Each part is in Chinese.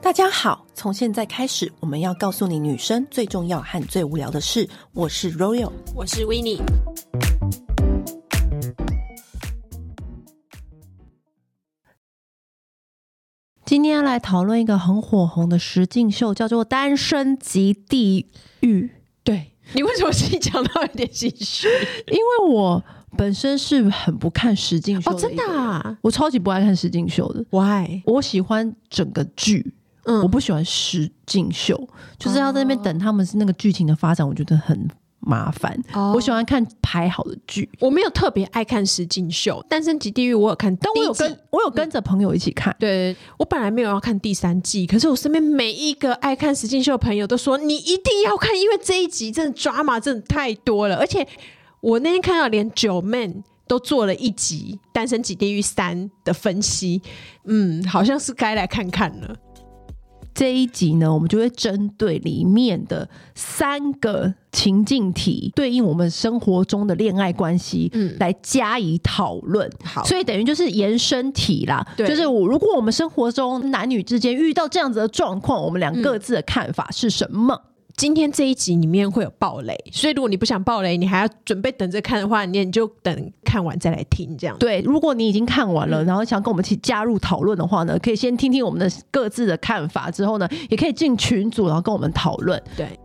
大家好，从现在开始，我们要告诉你女生最重要和最无聊的事。我是 Royal，我是 w i n n i e 今天要来讨论一个很火红的实境秀，叫做《单身即地狱》。对你为什么心讲到有点心虚？因为我本身是很不看实境秀 哦，真一的个人啊我超级不爱看实境秀的。 ？Why？我喜欢整个剧，嗯我不喜欢实境秀，就是要在那边等他们是那个剧情的发展，我觉得很麻烦。哦我喜欢看排好的剧，我没有特别爱看实境秀，《单身即地狱》我有看，但我有跟。我有跟着朋友一起看，对我本来没有要看第三季，可是我身边每一个爱看实境秀的朋友都说你一定要看，因为这一集真的 drama 真的太多了，而且我那天看到连九妹都做了一集《单身即地狱三》的分析，嗯，好像是该来看看了。这一集呢，我们就会针对里面的三个情境题，对应我们生活中的恋爱关系，嗯来加以讨论。好所以等于就是延伸题啦，对就是我如果我们生活中男女之间遇到这样子的状况，我们俩各自的看法是什么？今天这一集里面会有暴雷，所以如果你不想暴雷，你还要准备等着看的话，你你就等看完再来听这样。对，如果你已经看完嗯了，然后想跟我们一起加入讨论的话呢，可以先听听我们的各自的看法，之后呢，也可以进群组，然后跟我们讨论。对，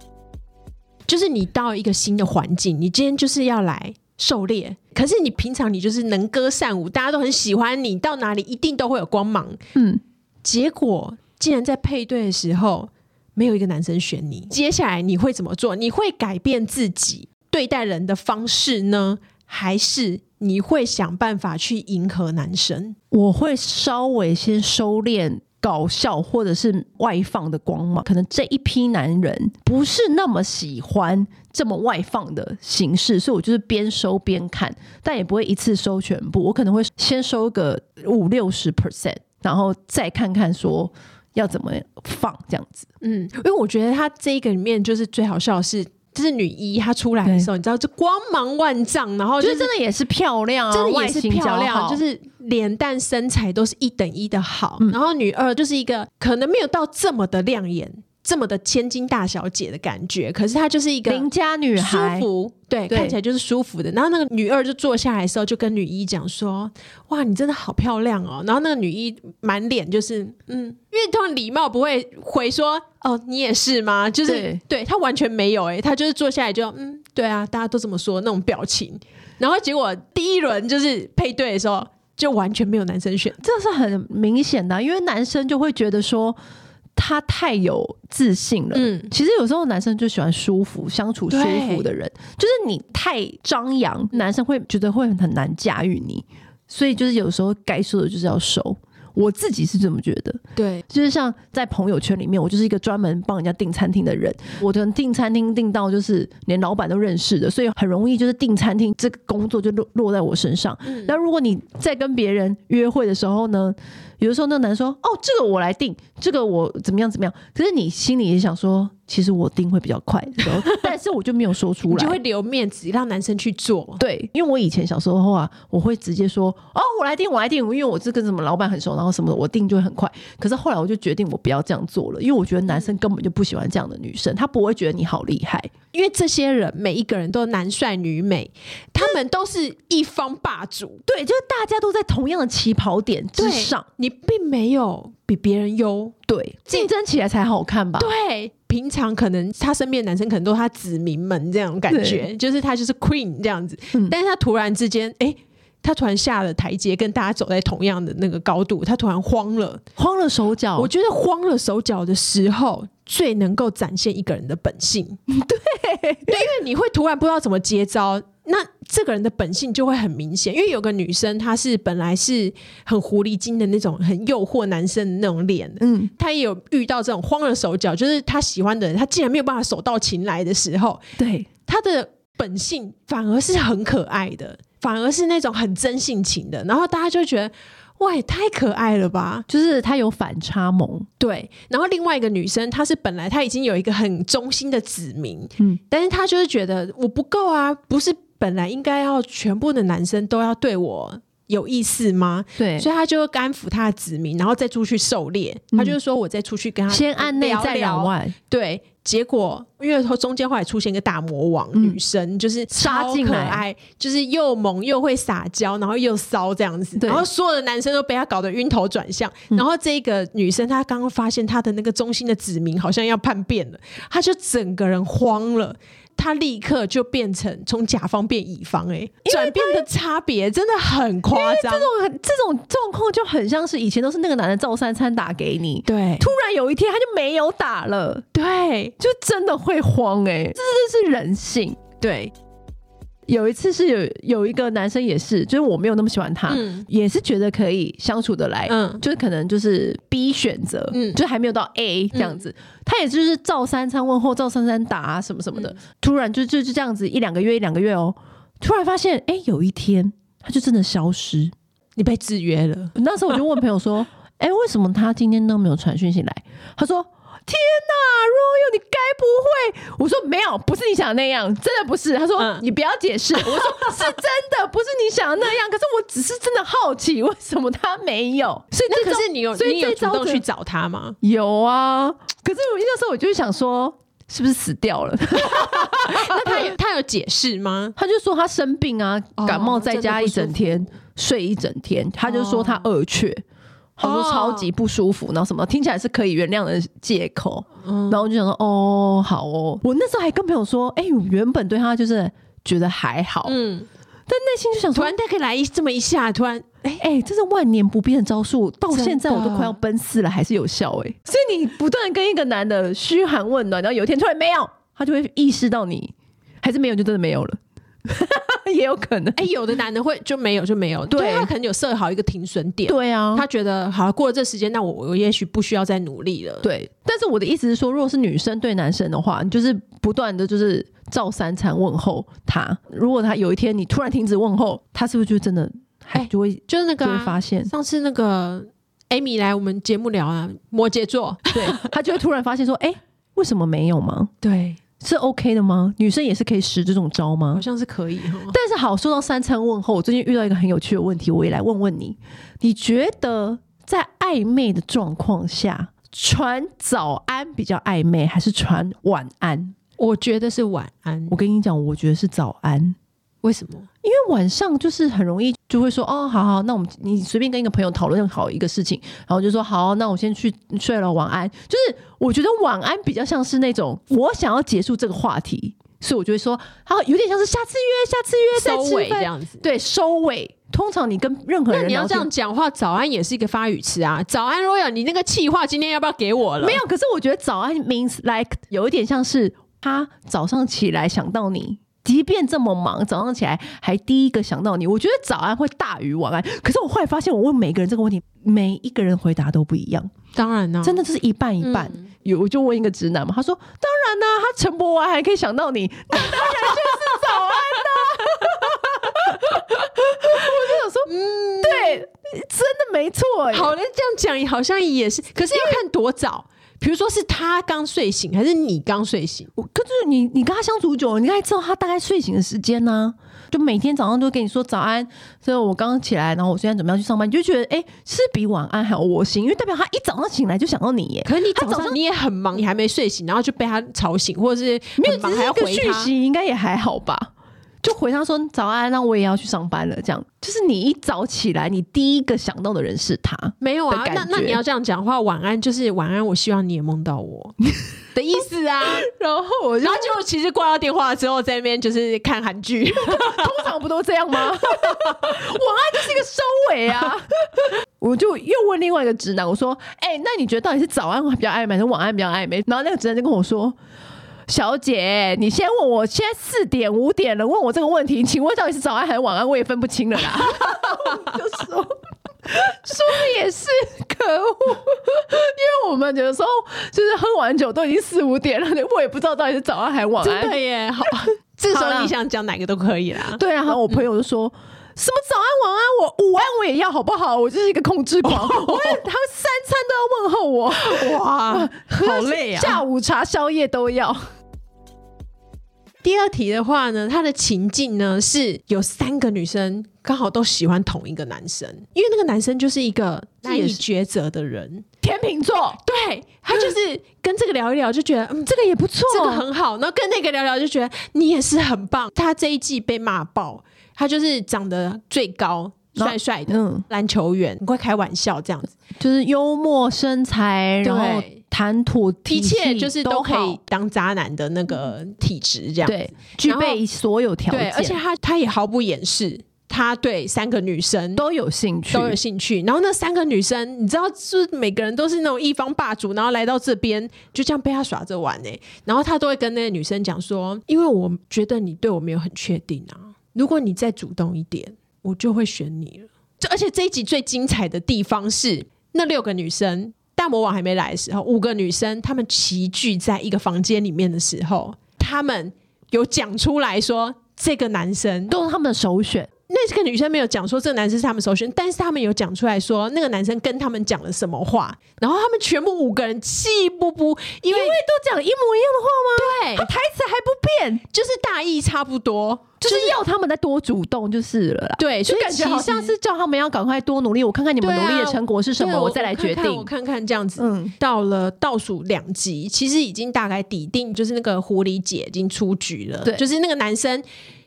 就是你到一个新的环境，你今天就是要来狩猎，可是你平常你就是能歌善舞，大家都很喜欢你，到哪里一定都会有光芒。嗯，结果竟然在配对的时候，没有一个男生选你，接下来你会怎么做？你会改变自己对待人的方式呢，还是你会想办法去迎合男生？我会稍微先收敛搞笑或者是外放的光芒，可能这一批男人不是那么喜欢这么外放的形式，所以我就是边收边看，但也不会一次收全部，我可能会先收个五六十 percent，然后再看看说要怎么放这样子。嗯，因为我觉得他这一个里面就是最好笑的是，就是女一她出来的时候，你知道，就光芒万丈，然后我哦就觉是得真的也是漂亮啊，真的也是外形漂姣亮，哦好就是脸蛋身材都是一等一的好。嗯然后女二就是一个可能没有到这么的亮眼，这么的千金大小姐的感觉，可是她就是一个邻家女舒孩。服，对，对看起来就是舒服的。然后那个女二就坐下来的时候，就跟女一讲说：“哇，你真的好漂亮哦。”然后那个女一满脸就是嗯，因为通常礼貌不会回说：“哦，你也是吗？”就是对对她完全没有哎、欸她就是坐下来就嗯，对啊，大家都这么说那种表情。然后结果第一轮就是配对的时候，就完全没有男生选。这是很明显的啊、因为男生就会觉得说他太有自信了。嗯，其实有时候男生就喜欢舒服、相处舒服的人，就是你太张扬，男生会觉得会很难驾驭你，所以就是有时候该收的就是要收。我自己是这么觉得，对，就是像在朋友圈里面，我就是一个专门帮人家订餐厅的人，我可能订餐厅订到就是连老板都认识的，所以很容易就是订餐厅这个工作就落落在我身上。那如果你在跟别人约会的时候呢，有的时候那个男生说：“哦，这个我来定，这个我怎么样怎么样。”可是你心里也想说，其实我定会比较快的时候，但是我就没有说出你来，就会留面子让男生去做。对，因为我以前小时候啊，我会直接说哦，我来定，我来定，因为我是跟什么老板很熟，然后什么的我定就会很快。可是后来我就决定我不要这样做了，因为我觉得男生根本就不喜欢这样的女生，他不会觉得你好厉害。因为这些人每一个人都男帅女美，他们都是一方霸主对，就是大家都在同样的起跑点之对上，你并没有比别人优。对，竞争起来才好看吧？对，平常可能他身边的男生可能都是他子民们这种感觉，就是他就是 queen 这样子，嗯但是他突然之间，哎、他突然下了台阶，跟大家走在同样的那个高度，他突然慌了。慌了手脚，我觉得慌了手脚的时候，最能够展现一个人的本性。对，对，因为你会突然不知道怎么接招，那这个人的本性就会很明显。因为有个女生，她是本来是很狐狸精的那种，很诱惑男生的那种脸，嗯，她也有遇到这种慌了手脚，就是她喜欢的人，她竟然没有办法手到擒来的时候，对，她的本性反而是很可爱的，反而是那种很真性情的，然后大家就会觉得。哇，也太可爱了吧！就是他有反差萌，对，然后另外一个女生，她是本来她已经有一个很忠心的子民，嗯嗯，但是她就是觉得我不够啊，不是本来应该要全部的男生都要对我有意思吗？对，所以他就会安抚他的子民，然后再出去狩猎。嗯他就是说我再出去跟他先按内聊再攘聊。外，对，结果因为中间后来出现一个大魔王、嗯女生，就是杀超进可来爱，就是又萌又会撒娇，然后又骚这样子。对然后所有的男生都被他搞得晕头转向。嗯然后这个女生她刚刚发现她的那个中心的子民好像要叛变了，她就整个人慌了。她立刻就变成从甲方变乙方、欸，哎，转变的差别真的很夸张。这种很这种状况就很像是以前都是那个男的照三餐打给你，对突然有一天他就没有打了，对就真的会慌哎、这这是人性。对，有一次是有有一个男生也是，就是我没有那么喜欢他，嗯也是觉得可以相处的来，嗯就是可能就是 B 选择，嗯就还没有到 A 这样子。他也就是照三餐问候，照三餐打、啊、什么什么的。嗯突然就就就这样子一两个月一两个月哦，突然发现哎、诶有一天他就真的消失。你被制约了。那时候我就问朋友说， 哎、为什么他今天都没有传讯息来？他说。天呐，Royal，你该不会？我说没有，不是你想的那样，真的不是。他说、嗯你不要解释。我说是真的，不 是你想的那样。可是我只是真的好奇，为什么他没有？所以这那可种是你有，所以你有这主招动的去找他吗？有啊，可是我那时候我就想说，是不是死掉了？那他有他有解释吗？他就说他生病啊，哦感冒在家一整天，睡一整天。他就说他恶缺，哦他说超级不舒服，然后什么听起来是可以原谅的借口。嗯然后我就想说，哦，好哦。我那时候还跟朋友说，哎、我原本对他就是觉得还好，嗯，但内心就想突说，然他可以来一这么一下，突然哎，哎、这是万年不变的招数，到真的现在我都快要奔四了，还是有效哎、所以你不断地跟一个男的嘘寒问暖，然后有一天突然没有，他就会意识到你还是没有，就真的没有了， 也有可能。哎，有的男的会就没有就没有，对对他可能有设好一个停损点，对啊，他觉得好过了这时间，那我我也许不需要再努力了。对。但是我的意思是说，如果是女生对男生的话，你就是不断的就是照三餐问候他。如果他有一天你突然停止问候，他是不是就真的还哎就会、就是那个就啊会发现？上次那个 Amy 来我们节目聊啊，摩羯座，对，他就会突然发现说，哎、为什么没有吗？ 对，是 OK 的吗？女生也是可以使这种招吗好？像是可以哈。但是好，说到三餐问候，我最近遇到一个很有趣的问题，我也来问问你，你觉得在暧昧的状况下，传早安比较暧昧，还是传晚安？ 我觉得是晚安我，跟你讲，我觉得是早安。为什么？因为晚上就是很容易就会说哦，好好，那我们你随便跟一个朋友讨论好一个事情，然后就说好，那我先去睡了，晚安。就是我觉得晚安比较像是那种我想要结束这个话题，所以我就会说好，有点像是下次约，下次约再收吃尾饭这样子。对，收尾。通常你跟任何那人你要聊这天样讲话，早安也是一个发语词啊。早安，Royal，你那个气话今天要不要给我了？没，有，可是我觉得早安 means like 有一点像是他早上起来想到你。即便这么忙，早上起来还第一个想到你，我觉得早安会大于晚安。可是我后来发现，我问每个人这个问题，每一个人回答都不一样，当然啊啦、真的就是一半一半。嗯有我就问一个直男嘛，他说：“当然啦、他陈柏完还可以想到你，那当然就是早安啊 啦、我就想说，嗯，对，真的没错、欸，好了，这样讲好像也是，可是要看多早。比如说是他刚睡醒，还是你刚睡醒？我可是你，你跟他相处久了，你应该知道他大概睡醒的时间呢、就每天早上都会跟你说早安，所以我刚刚起来，然后我现在准备要去上班，你就觉得哎、诶是比晚安还要窝心，因为代表他一早上醒来就想到你耶，可是你他早早上你也很忙，你还没睡醒，然后就被他吵醒，或者是没有很忙只是还一要个回讯他。息，应该也还好吧。就回他说早安，那我也要去上班了。这样就是你一早起来，你第一个想到的人是他。没有啊的，感那那觉你要这样讲话，晚安就是晚安，我希望你也梦到我的意 思啊。然后我然后就其实挂掉电话之后，在那边就是看韩 剧，通常不都这样吗？ 晚安就是一个收尾啊。 我就又问另外一个直男，我说：“哎、那你觉得到底是早安比较暧昧，还是晚安比较暧昧？”然后那个直男就跟我说：“小姐，你先问我，现在四点五点了，问我这个问题，请问到底是早安还是晚安？我也分不清了啦。” 我就说。说的也是，可恶！因为我们有时候就是喝完酒都已经四五点了，我也不知道到底是早安还是晚安。真的耶。 好，这时好候啦你想讲哪个都可以啦。对啊，然后我朋友就说。什么早安、晚安，我午安我也要，好不好？我就是一个控 制狂，我也他们三餐都要问候我，哇， 喝好累啊！下午茶、宵夜都要。第二题的话呢，它的情境呢是有三个女生刚好都喜欢同一个男生，因为那个男生就是一个难以抉择的人，天秤座，对他就是跟这个聊一聊就觉得，嗯，这个也不错，这个很好，然后跟那个聊聊就觉得你也是很棒。他这一季被骂爆，他就是长得最高。然后帅帅的嗯，篮球员，很会开玩笑这样子，就是幽默身材，然后对谈吐体一系切就是都可以好当渣男的那个体质这样子。对，具然后备所有条对，件，而且他他也毫不掩饰，他对三个女生都都有兴趣，都有兴趣。然后那三个女生，你知道，就是每个人都是那种一方霸主，然后来到这边就这样被他耍着玩呢、然后他都会跟那个女生讲说：“因为我觉得你对我没有很确定啊，如果你再主动一点，我就会选你了。”就而且这一集最精彩的地方是那六个女生。大魔王还没来的时候，五个女生她们齐聚在一个房间里面的时候，她们有讲出来说，这个男生都是他们的首选。那这个女生没有讲说这个男生是他们首选，但是他们有讲出来说那个男生跟他们讲了什么话，然后他们全部五个人气不不，因为都讲一模一样的话对，台词还不变，就是大意差不多，就是要他们再多主动就是了啦。对，就所以感觉其好实像是叫他们要赶快多努力，我看看你们对啊努力的成果是什么，对我再来决看看我定。看看这样子。嗯，到了倒数两集，其实已经大概底定，就是那个狐狸姐已经出局了，对就是那个男生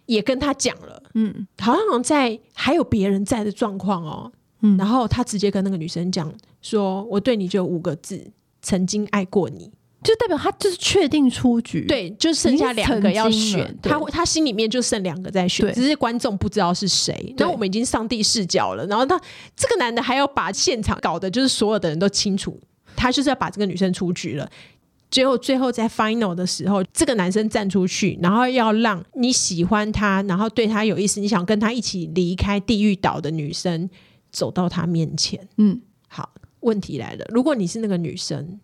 也跟他讲了，嗯嗯，好像在还有别人在的状况哦，嗯嗯，然后他直接跟那个女生讲说，我对你就有五个字，曾经爱过你，就代表他就是确定出局。，对，就剩下两个要嗯已经曾经了选，对他他心里面就剩两个在选对，只是观众不知道是谁。对然后我们已经上帝视角了，然后他这个男的还要把现场搞得就是所有的人都清楚，他就是要把这个女生出局了。结果最后在 final 的时候，这个男生站出去，然后要让你喜欢他，然后对他有意思，你想跟他一起离开地狱岛的女生走到他面前。嗯，好，问题来了，如果你是那个女生，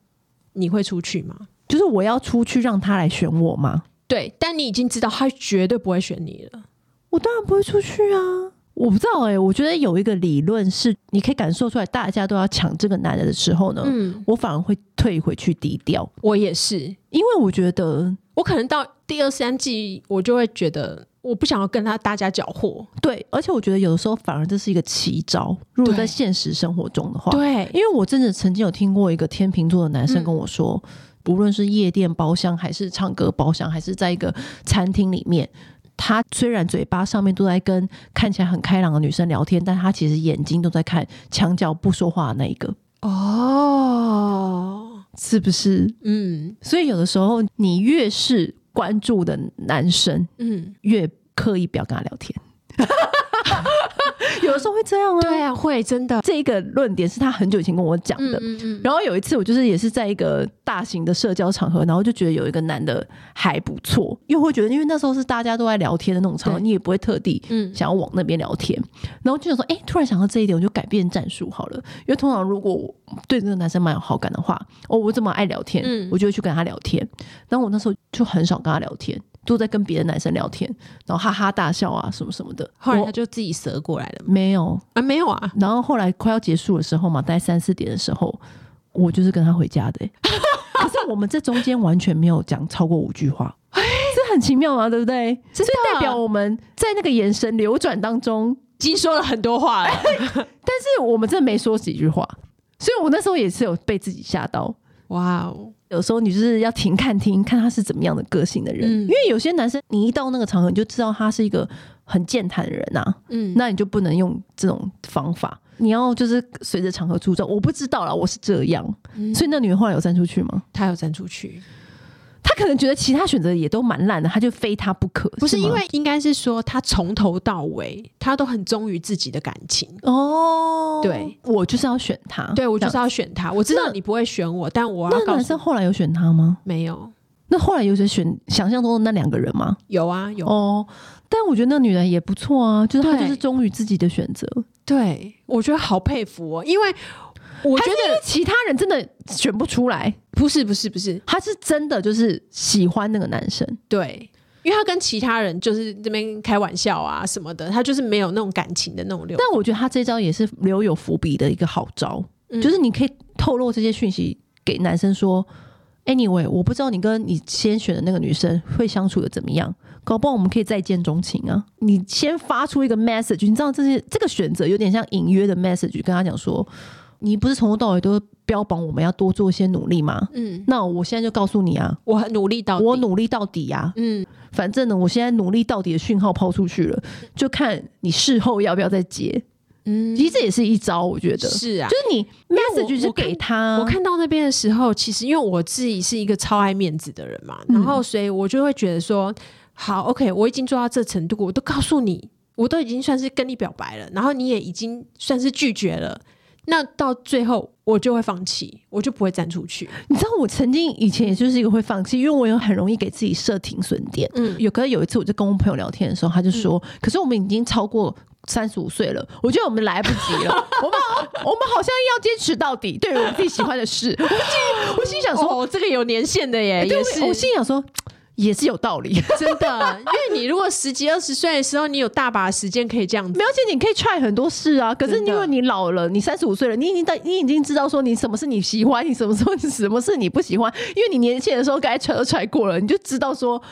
你会出去吗？就是我要出去让他来选我吗？对，但你已经知道他绝对不会选你了。我当然不会出去啊。我不知道哎、我觉得有一个理论是，你可以感受出来，大家都要抢这个男的的时候呢，嗯，我反而会退回去低调，我也是，因为我觉得我可能到第二三季，我就会觉得我不想要跟他大家搅和。对，而且我觉得有的时候反而这是一个奇招，如果对在现实生活中的话，对因为我真的曾经有听过一个天秤座的男生嗯跟我说，不论是夜店包厢，还是唱歌包厢，还是在一个餐厅里面，他虽然嘴巴上面都在跟看起来很开朗的女生聊天，但他其实眼睛都在看墙角不说话的那一个，哦，是不是？嗯所以有的时候你越是关注的男生，嗯，越刻意不要跟他聊天。 有的时候会这样啊，对啊，会真的。这一个论点是他很久以前跟我讲的。嗯嗯，然后有一次，我就是也是在一个大型的社交场合，然后就觉得有一个男的还不错，又会觉得因为那时候是大家都在聊天的那种场合，对你也不会特地嗯想要往那边聊天。然后就想说，哎、突然想到这一点，我就改变战术好了。因为通常如果我对这个男生蛮有好感的话，哦，我这么爱聊天，嗯我就会去跟他聊天。然后我那时候就很少跟他聊天，都在跟别的男生聊天，然后哈哈大笑啊什么什么的。后来我他就自己折过来了嘛没有，啊，没有啊，然后后来快要结束的时候嘛，大概三四点的时候，我就是跟他回家的欸、 可是我们这中间完全没有讲超过五句话，这很奇妙嘛，对不对？所以代表我们在那个眼神流转当中，已经说了很多话了。但是我们真的没说几句话，所以我那时候也是有被自己吓到。 哇哦，有时候你就是要停看听，看他是怎么样的个性的人，嗯因为有些男生你一到那个场合，你就知道他是一个很健谈的人啊呐、嗯，那你就不能用这种方法，你要就是随着场合出招。我不知道啦，我是这样，嗯所以那女人后来有站出去吗？他有站出去，她可能觉得其他选择也都蛮烂的，她就非他不可，不是吗因为应该是说他从头到尾他都很忠于自己的感情。哦，对我就是要选他，对我就是这样。要选他，我知道哦那你不会选我，但我要那告男诉生你后来有选他吗？没有，那后来有谁选想象中的那两个人吗？有啊有哦，但我觉得那女人也不错啊，就是她对就是忠于自己的选择。对，我觉得好佩服哦，因为我觉还是因得为其他人真的选不出来，不是不是不是，她是真的就是喜欢那个男生。对，因为他跟其他人就是这边开玩笑啊什么的，他就是没有那种感情的那种流，但我觉得他这招也是留有伏笔的一个好招，嗯就是你可以透露这些讯息给男生说， Anyway，我不知道你跟你先选的那个女生会相处的怎么样，搞不好我们可以再见钟情啊！你先发出一个 message，你知道这些这个选择有点像隐约的 message，跟他讲说，你不是从头到尾都标榜我们要多做一些努力吗？嗯，那我现在就告诉你啊，我很努力到底我，努力到底啊！嗯，反正呢，我现在努力到底的讯号抛出去了，就看你事后要不要再接。嗯其实这也是一招，我觉得，就是啊，你为我 message 是我看给他，我看到那边的时候，其实因为我自己是一个超爱面子的人嘛，然后所以我就会觉得说，好，OK，我已经做到这程度，我都告诉你，我都已经算是跟你表白了，然后你也已经算是拒绝了，那到最后我就会放弃，我就不会站出去。你知道我曾经以前也就是一个会放弃，因为我有很容易给自己设停损点。嗯有可是有一次我就跟我朋友聊天的时候，他就说：“可是我们已经超过三十五岁了，我觉得我们来不 及了，我们好我们好像要坚持到底，对于我们自己喜欢的事。”我心我心想说，哦，这个有年限的耶，对也是我 心想说也是有道理。真的，因为你如果十几二十岁的时候，你有大把时间可以这样子。没有，而且你可以 try 很多事啊。可是真的因为你老了，你三十五岁了，你已经到，你已经知道说你什么是你喜欢，你什么时候什么是你不喜欢。因为你年轻的时候该 try 都 try 过了，你就知道说，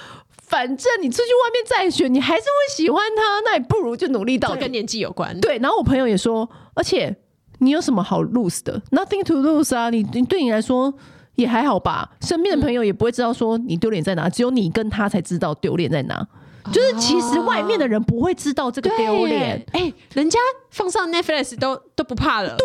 反正你出去外面再选，你还是会喜欢他，那你不如就努力到这跟底。年纪有关，对，然后我朋友也说，而且你有什么好 lose 的？Nothing to lose 啊，你你对你来说。也还好吧，身边的朋友也不会知道说你丢脸在哪，只有你跟他才知道丢脸在哪。就是其实外面的人不会知道这个对丢脸，耶。哎、人家放上 Netflix 都都不怕了，对，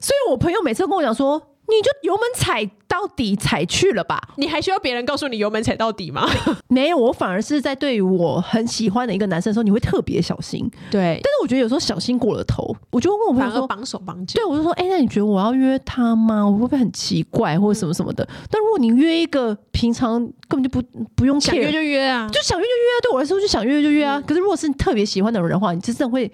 所以我朋友每次都跟我讲说，你就油门踩到底，踩去了吧。你还需要别人告诉你油门踩到底吗？没有，我反而是在对于我很喜欢的一个男生的时候，你会特别小心。对但，是我觉得有时候小心过了头，我就问我朋反友而说。绑手绑脚。对，我就说，哎、那你觉得我要约他吗？我会不会很奇怪，或者什么什么的？但如果你约一个平常根本就不不用 care，想约就约啊，就想约就约啊，对我来说就想约就约啊。嗯可是如果是你特别喜欢的人的话，你真的会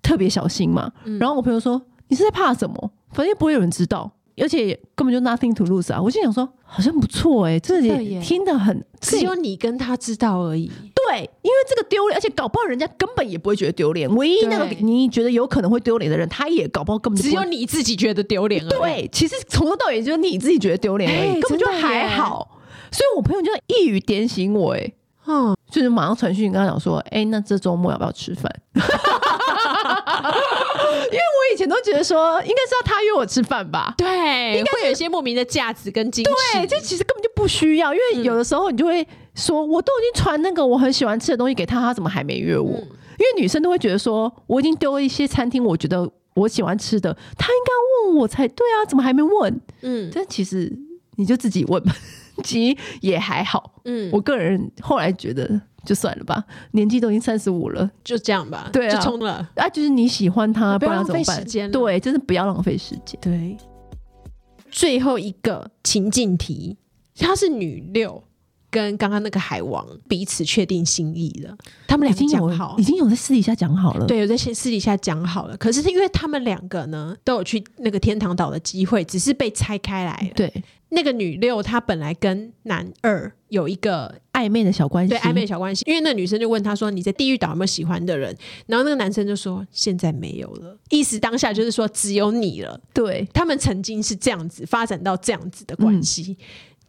特别小心嘛。嗯然后我朋友说：“你是在怕什么？反正也不会有人知道，而且根本就 nothing to lose 啊。”我心想说：“好像不错哎、这真的也耶听得很只这有你跟他知道而已。对，因为这个丢脸，而且搞不好人家根本也不会觉得丢脸。唯一那个对你觉得有可能会丢脸的人，他也搞不好根本就只不有会你自己觉得丢脸而已。，对，其实从头到尾就是你自己觉得丢脸而已，哎根本就真的耶还好。所以我朋友就一语点醒我哎、嗯，就是马上传讯跟他讲说，哎、那这周末要不要吃饭？ 因为我以前都觉得说，应该是要他约我吃饭吧。对，会有一些莫名的价值跟矜持。对，这其实根本就不需要，因嗯为有的时候你就会说，我都已经传那个我很喜欢吃的东西给他，他怎么还没约我？嗯因为女生都会觉得说，我已经丢了一些餐厅，我觉得我喜欢吃的，他应该问我才对啊，怎么还没问？嗯但其实你就自己问吧， 其实也还好。嗯，我个人后来觉得就算了吧，年纪都已经三十五了，就这样吧，对啊就冲了。啊，就是你喜欢他，不不要然浪怎么费办时？间。，对，真的不要浪费时间。对，最后一个情境题，它是女六跟刚刚那个海王彼此确定心意了，他们已俩经有讲好已，经有在私底下讲好了。，对，有在私私底下讲好了。可是因为他们两个呢，都有去那个天堂岛的机会，只是被拆开来了。对，那个女六她本来跟男二有一个暧昧的小关系，对暧昧的小关系，因为那女生就问他说：“你在地狱岛有没有喜欢的人？”然后那个男生就说：“现在没有了。”意思当下就是说只有你了。对，他们曾经是这样子发展到这样子的关系。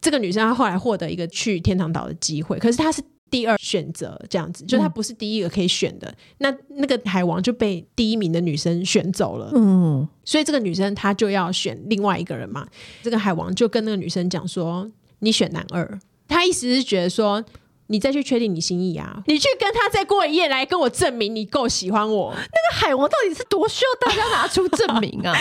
这个女生她后来获得一个去天堂岛的机会，可是她是第二选择，这样子，就她不是第一个可以选的。那那个海王就被第一名的女生选走了，嗯，所以这个女生她就要选另外一个人嘛。这个海王就跟那个女生讲说：“你选男二。”他意思是觉得说。你再去确定你心意啊！你去跟他再过一夜，来跟我证明你够喜 欢我。那海王到底是多需要大家拿出证明啊？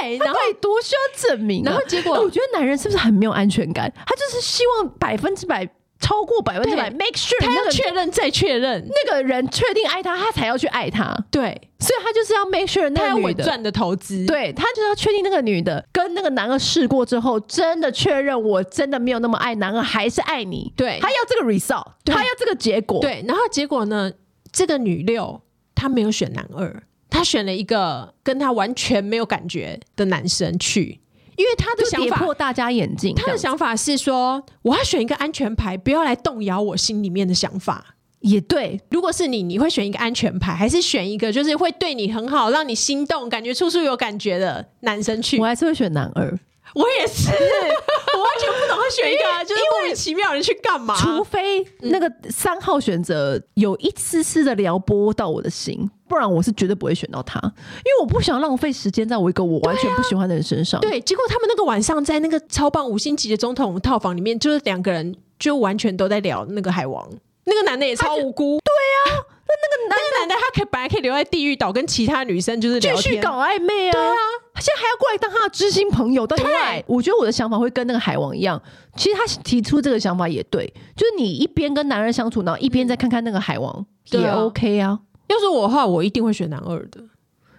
对， 然到后底多需要证明啊、然后结果哎我觉得男人是不是很没有安全感？他就是希望百分之百，超过百分之百对，make sure 他那要个确认再确认，那个人确定爱他，他才要去爱他，对，所以他就是要 make sure 他那要个女稳的。赚的投资，，对他就是要确定那个女的跟那个男二试过之后，真的确认我真的没有那么爱男二，还是爱你。对他要这个 result，对他要这个结果。，对。然后结果呢，这个女六她没有选男二，她选了一个跟她完全没有感觉的男生去，因为她的就想跌法，破大家眼镜。她这的样想法是说，我要选一个安全牌，不要来动摇我心里面的想法。也对，如果是你，你会选一个安全牌，还是选一个就是会对你很好，让你心动，感觉处处有感觉的男生去我？还是会选男二。我也 是，我完全不懂会选一因个为就是莫名其妙的人去干嘛。除非那个三号选择有一丝丝的撩拨到我的心，不然我是绝对不会选到他，因为我不想浪费时间在我一个我完全不喜欢的人身上。对，结果他们那个晚上在那个超棒五星级的总统套房里面，就是两个人就完全都在聊那个海王。那个男的也超无辜，对啊，那那个男的他可以本来可以留在地狱岛跟其他女生就是聊继续天，搞暧昧啊！对啊，他现在还要过来当他的知心朋友，到底 why？我觉得我的想法会跟那个海王一样，其实他提出这个想法也对，就是你一边跟男人相处，然后一边再看看那个海王、对也啊 OK 啊。要是我的话，我一定会选男二的。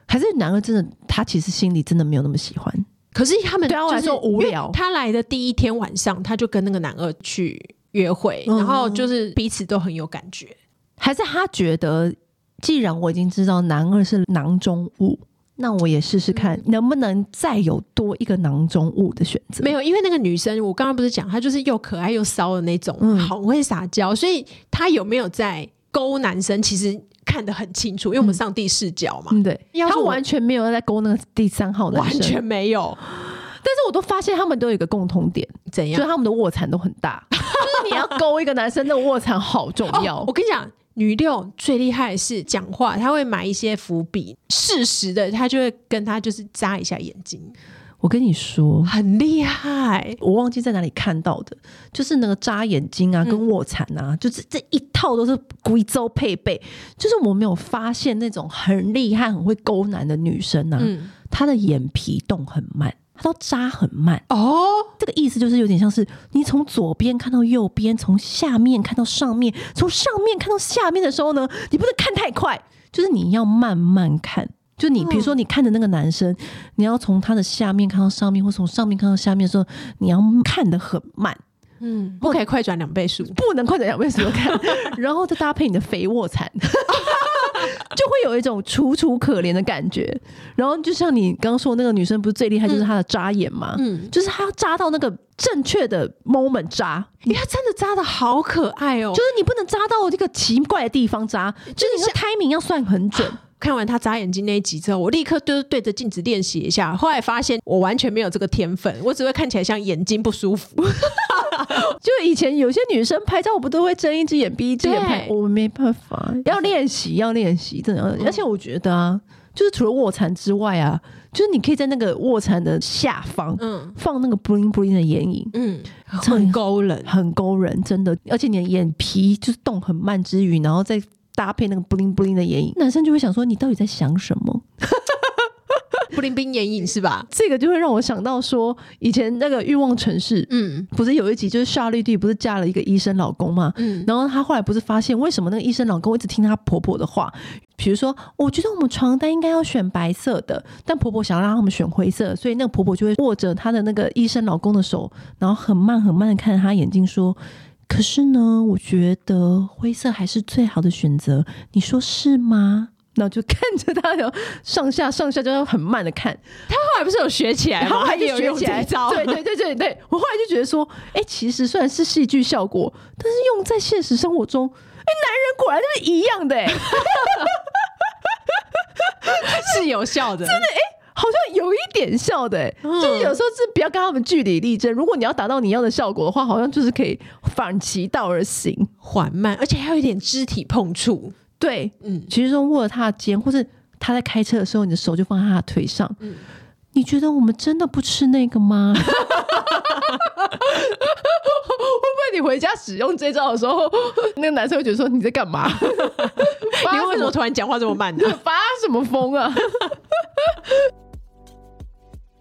还是男二真的，他其实心里真的没有那么喜欢。可是他们对啊我来就是说无聊因为他来的第一天晚上，他就跟那个男二去约会，嗯然后就是彼此都很有感觉。还是他觉得，既然我已经知道男二是囊中物，那我也试试嗯看能不能再有多一个囊中物的选择。没有，因为那个女生，我刚刚不是讲，她就是又可爱又骚的那种，嗯好会撒娇，所以她有没有在勾男生，其实看得很清楚，因为我们上帝视角嘛，嗯，对，要是他我完全没有在勾那个第三号嗯男完生，全没有但是我都发现他们都有一个共同点，怎就是样。他们的卧蚕都很 大。就是你要勾一个男生，那个卧蚕好重要。哦，我跟你讲，女六最厉害的是讲话，她会埋一些伏笔，适时的她就会跟她就是眨一下眼睛， 我跟你说，很厉害。我忘记在哪里看到的，就是那个眨眼睛啊，跟卧蚕啊，就是这一套都是贵州配备。就是我没有发现那种很厉害、很会勾男的女生啊，嗯，她的眼皮动很慢，她都扎很慢。哦，这个意思就是有点像是你从左边看到右边，从下面看到上面，从上面看到下面的时候呢，你不能看太快，就是你要慢慢看。就你，比如说你看着那个男生，你要从他的下面看到上面，或从上面看到下面的时候，你要看得很慢，嗯，不可以快转两倍速。不能快转两倍速地看， 然后再搭配你的肥卧蚕， 就会有一种楚楚可怜的感觉。然后就像你刚说那个女生不是最厉害，就是她的扎眼吗？嗯，就是他要扎到那个正确的 moment 扎，因为他哎真的扎的好可爱哦、就就是你不能扎到这个奇怪的地方扎，就是你的 timing 要算很准。 看完他眨眼睛那一集之后，我立刻就是对着镜子练习一下。后来发现我完全没有这个天分，我只会看起来像眼睛不舒服。就以前有些女生拍照，我不都会睁一只眼闭一只眼拍，对我没办法，要练习，要练习，真的要。而且我觉得啊，就是除了卧蚕之外啊，就是你可以在那个卧蚕的下方嗯放那个 bling bling 的眼影。 嗯，很勾人。很勾人，真的。而且你的眼皮就是动很慢之余，然后再搭配那个 bling bling 的眼影，男生就会想说你到底在想什么？布灵冰眼影是吧？这个就会让我想到说，以前那个《欲望城市》嗯不是有一集就是夏绿蒂不是嫁了一个医生老公嘛？嗯，然后她后来不是发现为什么那个医生老公一直听她婆婆的话，比如说哦我觉得我们床单应该要选白色的，但婆婆想要让他们选灰色，所以那个婆婆就会握着她的那个医生老公的手，然后很慢很慢的看着她眼睛说。可是呢，我觉得灰色还是最好的选择，你说是吗？然后就看着她的上下上下，就要很慢的看，后来不是有学起来吗？然后还也就有学用起这来一招。对对对对对，我后来就觉得说，哎、其实虽然是戏剧效果，但是用在现实生活中，哎、男人果然就是一样的、 哎， 是有效的。真的，好像有一点笑的、哎、嗯就是有时候是不要跟他们据理力争。如果你要达到你要的效果的话，好像就是可以反其道而行。缓慢，而且还有一点肢体碰 触。对，嗯其实说握着他的肩，或是他在开车的时候，你的手就放在他的腿上。嗯你觉得我们真的不吃那个 吗？会不会你回家使用这招的时候，那个男生会觉得说你在干嘛？ 你发为什什么么突然讲话这么慢 呢、发什么疯啊？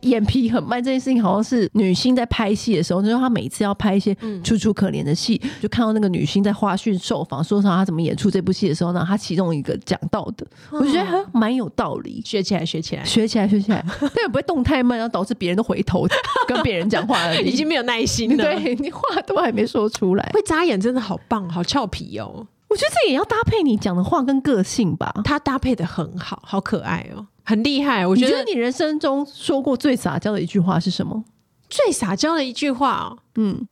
眼皮很慢这件事情，好像是女星在拍戏的时候，就是她每次要拍一些嗯楚楚可怜的戏，就看到那个女星在花絮受访，说上她怎么演出这部戏的时候呢，她其中一个讲到的，嗯我就觉得还蛮有道理。学起来，学起来，学起来，学起来，但也不会动太慢，然后导致别人都回头跟别人讲话了。 已经没有耐心你了。对你话都还没说出来，会眨眼真的好棒，好俏皮哦。我觉得这也要搭配你讲的话跟个性吧。他搭配的很好，好可爱哦，很厉害。我你觉觉得得你人生中说过最撒娇的一句话是什么？最撒娇的一句话、哦，嗯，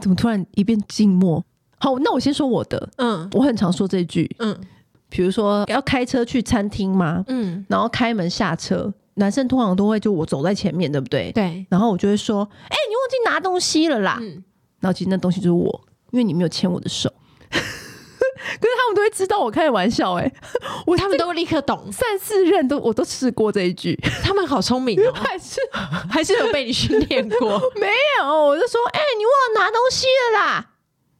怎么突然一片静默？好，那我先说我的，嗯我很常说这句，嗯比如说要开车去餐厅吗？嗯，然后开门下车，男生通常都会就我走在前面，对不对？对，然后我就会说：“哎、你忘记拿东西了啦！”嗯然后其实那东西就是我，因为你没有牵我的手。 可是他们都会知道我开玩笑、欸，哎，我啊他们都立刻懂，三四任都我都试过这一句，他们好聪明哦， 还是还是有被你训练过。没有，我就说：“哎、你忘了拿东西了啦！”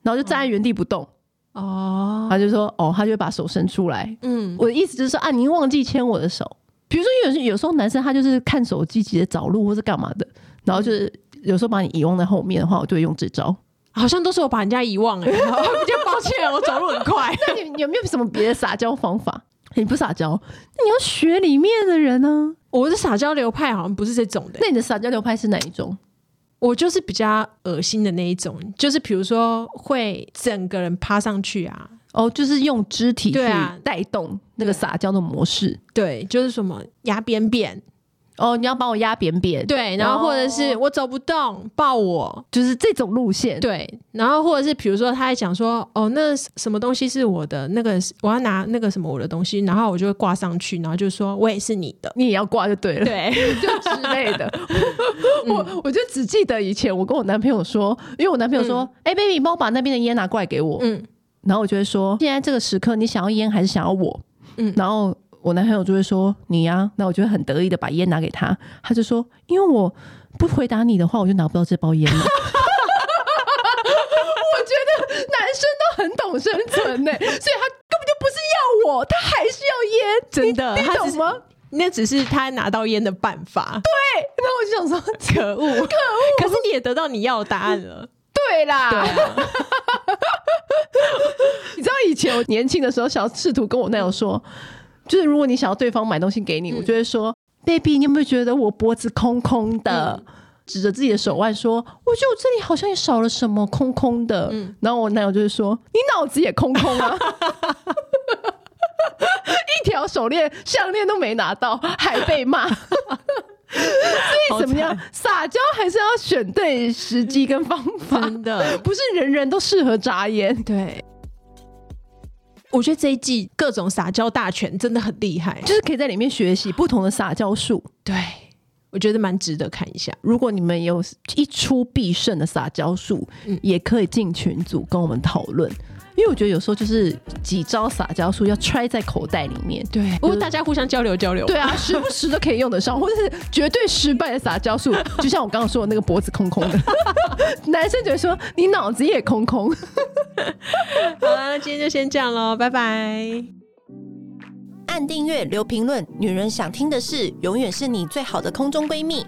然后就站在原地不动，哦，他就说：“哦，他就会把手伸出来。”嗯，我的意思就是说啊，您忘记牵我的手。比如说有时有时候男生他就是看手机急着找路或是干嘛的，然后就是有时候把你遗忘在后面的话，我就会用这招。好像都是我把人家遗 忘哎，比较抱歉，我走路很 快。 那你有没有什么别的撒娇方法？你不撒娇，那你要学里面的人呢、我是撒娇流派，好像不是这种的。那你的撒娇流派是哪一种？我就是比较恶心的那一种，就是比如说会整个人趴上去啊，哦，就是用肢体去对啊带动那个撒娇的模式。对，就是什么压扁扁，哦，你要把我压扁扁，，对，然后或者是哦我走不动，抱我，就是这种路线。，对，然后或者是比如说他还讲说，哦，那什么东西是我的，那个是我要拿那个什么我的东西，然后我就会挂上去，然后就说我也是你的，你也要挂就对了。对，就之类的。 我嗯我就只记得以前我跟我男朋友说，因为我男朋友说：“哎、b a b y 帮我把那边的烟拿过来给我。嗯，然后我就会说：“现在这个时刻，你想要烟还是想要我？”嗯然后我男朋友就会说：“你呀、那我就会很得意的把烟拿给他，他就说：“因为我不回答你的话，我就拿不到这包烟 了。” 我觉得男生都很懂生存呢、所以他根本就不是要我，他还是要烟，真的你你他只懂是 吗？ 那只是他拿到烟的办法，然后我就想说，可恶，可恶，可是你也得到你要的答案了，对啦，对啊， 你知道以前我年轻的时候，想要试图跟我男友说，就是如果你想要对方买东西给嗯你，我就会说，baby，你有没有觉得我脖子空空的？嗯指着自己的手腕说：“我觉得我这里好像也少了什么，空空的。嗯然后我男友就会说：“你脑子也空空 啊， 一条手链、项链都没拿到，还被骂。” 所以怎么样，撒娇还是要选对时机跟方法， 真的。 不是人人都适合眨眼。对，我觉得这一季各种撒娇大全真的很厉害。就是可以在里面学习不同的撒娇术。对，我觉得蛮值得看一下。如果你们有一出必胜的撒娇术，嗯也可以进群组跟我们讨论。因为我觉得有时候就是几招撒娇术要揣在口袋里面，对，不过大家互相交流交流。对，啊，时不时都可以用得上，或者是绝对失败的撒娇术，就像我刚刚说的那个脖子空空 的，男生就会说你脑子也空空。好啦，今天就先这样喽，拜拜。按订阅，留评论，女人想听的事，永远是你最好的空中闺蜜。